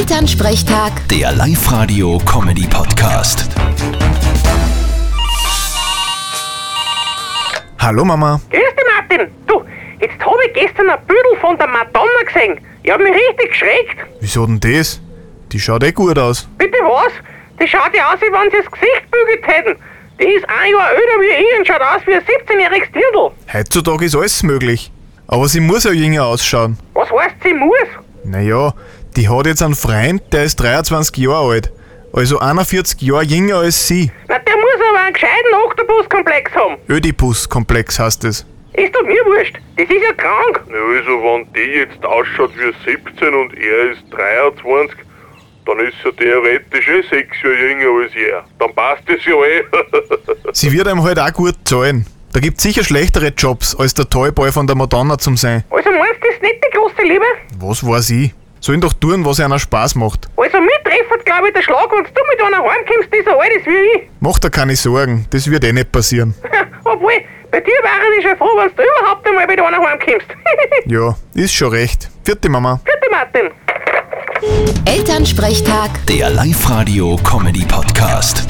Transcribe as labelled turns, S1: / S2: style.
S1: Elternsprechtag,
S2: Der Live-Radio-Comedy-Podcast.
S3: Hallo Mama.
S4: Grüß dich, Martin. Du, jetzt habe ich gestern ein Büdel von der Madonna gesehen. Ich habe mich richtig geschreckt.
S3: Wieso denn das? Die schaut eh gut aus.
S4: Bitte was? Die schaut ja aus, wie wenn sie das Gesicht bügelt hätten. Die ist ein Jahr älter wie ich und schaut aus wie ein 17-jähriges Dirndl.
S3: Heutzutage ist alles möglich. Aber sie muss ja jünger ausschauen.
S4: Was heißt, sie muss?
S3: Naja, die hat jetzt einen Freund, der ist 23 Jahre alt. Also 41 Jahre jünger als sie.
S4: Na, der muss aber einen gescheiten Oktopus-Komplex haben.
S3: Ödipus-Komplex heißt es.
S4: Ist doch mir wurscht. Das ist ja krank.
S5: Na also, wenn die jetzt ausschaut wie 17 und er ist 23, dann ist er theoretisch eh 6 Jahre jünger als er. Dann passt es ja eh.
S3: Sie wird einem halt auch gut zahlen. Da gibt's sicher schlechtere Jobs, als der Toyboy von der Madonna zum sein.
S4: Also meinst du, das ist nicht die große Liebe?
S3: Was weiß ich? Sollen doch tun, was einer Spaß macht.
S4: Also mir treffert, glaube ich, der Schlag, wenn du mit einer heimkommst, die so alt ist wie ich.
S3: Macht er keine Sorgen, das wird eh nicht passieren.
S4: Obwohl, bei dir wäre ich schon froh, wenn du überhaupt einmal mit einer heimkommst.
S3: Ja, ist schon recht. Vierte Mama.
S4: Bitte, Martin.
S1: Elternsprechtag.
S2: Der Live-Radio-Comedy-Podcast.